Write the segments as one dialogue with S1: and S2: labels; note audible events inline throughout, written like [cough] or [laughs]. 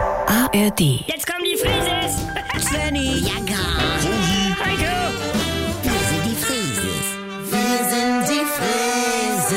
S1: ARD.
S2: Jetzt kommen die Frises! [laughs]
S3: Benny. Ja, gar.
S2: Heiko!
S3: Wir sind die Frieses. Wir sind die Frieses.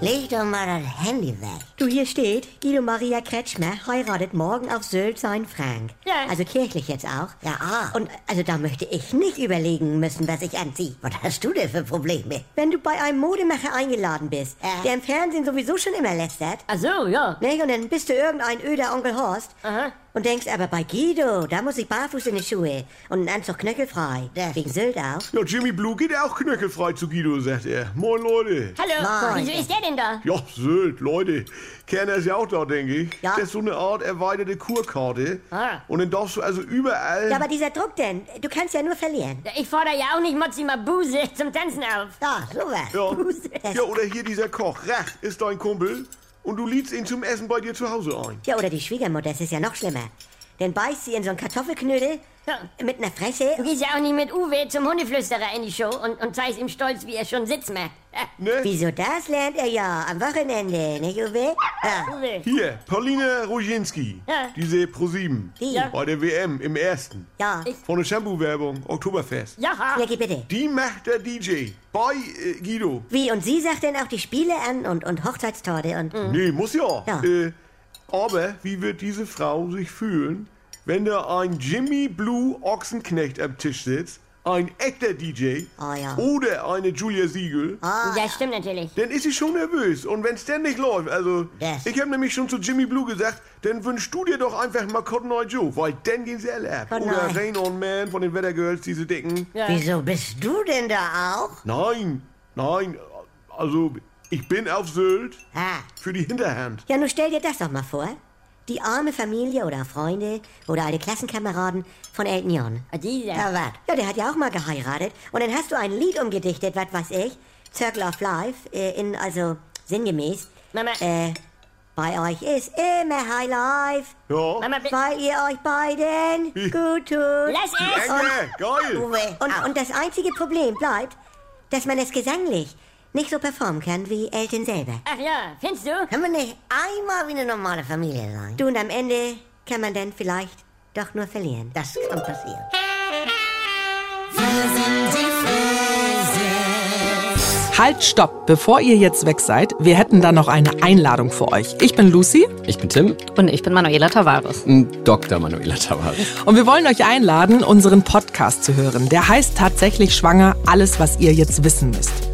S3: Leg doch mal das Handy weg.
S4: Du, hier steht, Guido Maria Kretschmer heiratet morgen auf Sylt seinen Frank.
S2: Ja.
S4: Also kirchlich jetzt auch.
S3: Ja, ah.
S4: Und also da möchte ich nicht überlegen müssen, was ich anziehe.
S3: was hast du denn für Probleme?
S4: Wenn du bei einem Modemacher eingeladen bist,
S3: Ja.
S4: der im Fernsehen sowieso schon immer lästert,
S2: Ach so, ja.
S4: ne, und dann bist du irgendein öder Onkel Horst
S2: Aha.
S4: und denkst, aber bei Guido, da muss ich barfuß in die Schuhe und einen Anzug knöchelfrei.
S3: Ja.
S4: Wegen Sylt auch.
S5: Ja, Jimmy Blue geht auch knöchelfrei zu Guido, sagt er. Moin, Leute.
S2: Hallo,
S4: Moin.
S2: wieso ist der denn da?
S5: Ja, Sylt, Leute. Kerner ist ja auch da, denke ich.
S4: Ja.
S5: Das ist so eine Art erweiterte Kurkarte.
S2: Ah.
S5: Und dann darfst du also überall...
S4: Ja, aber dieser Druck denn, du kannst ja nur verlieren.
S2: Ich fordere ja auch nicht Motzi Mabuse [laughs] zum Tanzen auf.
S4: Ja, sowas.
S5: ja. ja, oder hier dieser Koch. Rach ist dein Kumpel. Und du liedst ihn zum Essen bei dir zu Hause ein.
S4: Ja, oder die Schwiegermutter, das ist ja noch schlimmer. Dann beißt sie in so einen Kartoffelknödel
S2: Ja.
S4: mit einer Fresse.
S2: Du gehst ja auch nicht mit Uwe zum Hundeflüsterer in die Show und, und zeigst ihm stolz, wie er schon Sitz macht.
S5: Ne?
S4: Wieso das lernt er ja am Wochenende, nicht Uwe?
S2: [laughs]
S4: Ja,
S2: Uwe.
S5: Hier, Pauline Ruzinski.
S2: Ja.
S5: Diese Pro7.
S4: Die?
S5: Bei der WM im ersten.
S4: ja. Ich
S5: Von der Shampoo-Werbung, Oktoberfest.
S2: Ja,
S4: Jackie, bitte.
S5: Die macht der DJ bei äh, Guido.
S4: Wie, und sie sagt denn auch die Spiele an und, und Hochzeitstorte und...
S2: Mhm.
S5: Nee, muss
S4: Hm.
S5: ja.
S4: Ja.
S5: Äh, aber wie wird diese Frau sich fühlen, wenn da ein Jimmy Blue Ochsenknecht am Tisch sitzt, ein echter DJ
S4: Ah, ja. Ah.
S5: oder eine Julia Siegel?
S2: ja, stimmt natürlich.
S5: Dann ist sie schon nervös. Und wenn's denn nicht läuft, also.
S4: Das.
S5: Ich habe nämlich schon zu Jimmy Blue gesagt, dann wünschst du dir doch einfach mal Cotton Eye Joe, weil dann gehen sie alle ab.
S4: Cotton
S5: Oder
S4: Eye.
S5: Rain on Man von den Weather Girls, diese Dicken.
S2: Ja.
S4: Wieso bist du denn da auch?
S5: Nein, nein, also ich bin auf Sylt
S4: Ah.
S5: für die Hinterhand.
S4: Ja, nun stell dir das doch mal vor. Die arme Familie oder Freunde oder alte Klassenkameraden von Elton John.
S2: Ah, Dieser.
S4: Ja, was? Ja, der hat ja auch mal geheiratet. Und dann hast du ein Lied umgedichtet, was weiß ich. Circle of Life, äh, in, also sinngemäß.
S2: Mama.
S4: Äh, bei euch ist immer High Life,
S5: Ja.
S2: Mama, bi-
S4: weil ihr euch beiden gut tut.
S2: lass es!
S5: Hm. Enge, geil.
S3: Uwe.
S4: Und, und das einzige Problem bleibt, dass man es gesanglich nicht so performen kann wie Elton selber.
S2: Ach ja, findest du?
S3: Können wir nicht einmal wie eine normale Familie sein?
S4: Du und am Ende kann man dann vielleicht doch nur verlieren.
S3: Das kann passieren.
S6: Halt, stopp! Bevor ihr jetzt weg seid, wir hätten da noch eine Einladung für euch. Ich bin Lucy
S7: Ich bin Tim,
S8: Und ich bin Manuela Tavares.
S7: Dr. Manuela Tavares.
S6: und wir wollen euch einladen, unseren Podcast zu hören. Der heißt tatsächlich Schwanger, alles, was ihr jetzt wissen müsst.